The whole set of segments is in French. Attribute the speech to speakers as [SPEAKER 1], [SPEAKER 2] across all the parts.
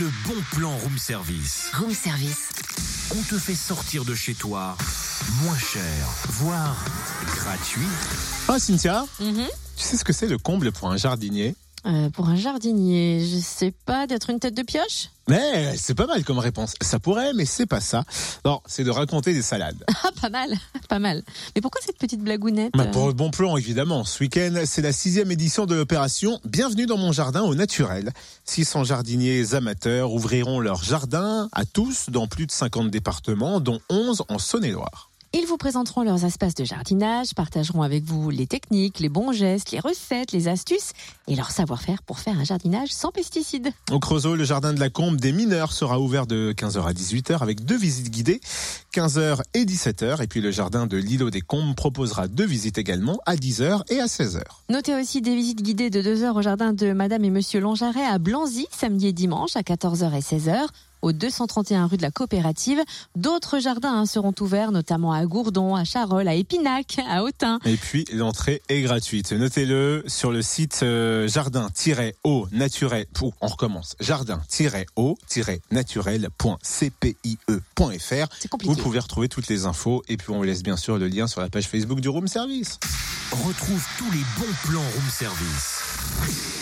[SPEAKER 1] Le bon plan room service.
[SPEAKER 2] Room service.
[SPEAKER 1] On te fait sortir de chez toi moins cher, voire gratuit.
[SPEAKER 3] Ah, Cynthia,
[SPEAKER 2] Mhm.
[SPEAKER 3] tu sais ce que c'est le comble pour un jardinier
[SPEAKER 2] Euh, pour un jardinier, je sais pas, d'être une tête de pioche
[SPEAKER 3] Mais c'est pas mal comme réponse. Ça pourrait, mais c'est pas ça. Non, c'est de raconter des salades.
[SPEAKER 2] Ah, pas mal, pas mal. Mais pourquoi cette petite blagounette
[SPEAKER 3] Bah,
[SPEAKER 2] euh
[SPEAKER 3] pour le bon plan, évidemment. Ce week-end, c'est la sixième édition de l'opération Bienvenue dans mon jardin au naturel. 600 jardiniers amateurs ouvriront leur jardin à tous dans plus de 50 départements, dont 11 en Saône-et-Loire.
[SPEAKER 2] Ils vous présenteront leurs espaces de jardinage, partageront avec vous les techniques, les bons gestes, les recettes, les astuces et leur savoir-faire pour faire un jardinage sans pesticides.
[SPEAKER 3] Au Creusot, le jardin de la Combe des mineurs sera ouvert de 15h à 18h avec deux visites guidées, 15h et 17h. Et puis le jardin de l'îlot des Combes proposera deux visites également à 10h et à 16h.
[SPEAKER 2] Notez aussi des visites guidées de 2 heures au jardin de Madame et Monsieur Longaret à Blanzy, samedi et dimanche à 14h et 16h, au 231 rue de la Coopérative. D'autres jardins hein, seront ouverts, notamment à Gourdon, à Charolles, à Épinac, à Autun.
[SPEAKER 3] Et puis l'entrée est gratuite. Notez-le sur le site euh, jardin-au naturel. Pou, On recommence. Jardin-au-naturel.cpie.fr.
[SPEAKER 2] C'est
[SPEAKER 3] Vous
[SPEAKER 2] compliqué.
[SPEAKER 3] pouvez retrouver toutes les infos et puis on vous laisse bien sûr le lien sur la page Facebook du Room Service.
[SPEAKER 1] Retrouve tous les bons plans room service.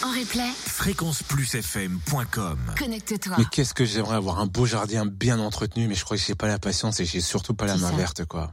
[SPEAKER 4] En replay,
[SPEAKER 1] fréquenceplusfm.com
[SPEAKER 4] connecte-toi.
[SPEAKER 3] Mais qu'est-ce que j'aimerais avoir un beau jardin bien entretenu, mais je crois que j'ai pas la patience et j'ai surtout pas la
[SPEAKER 2] C'est
[SPEAKER 3] main
[SPEAKER 2] ça.
[SPEAKER 3] verte quoi.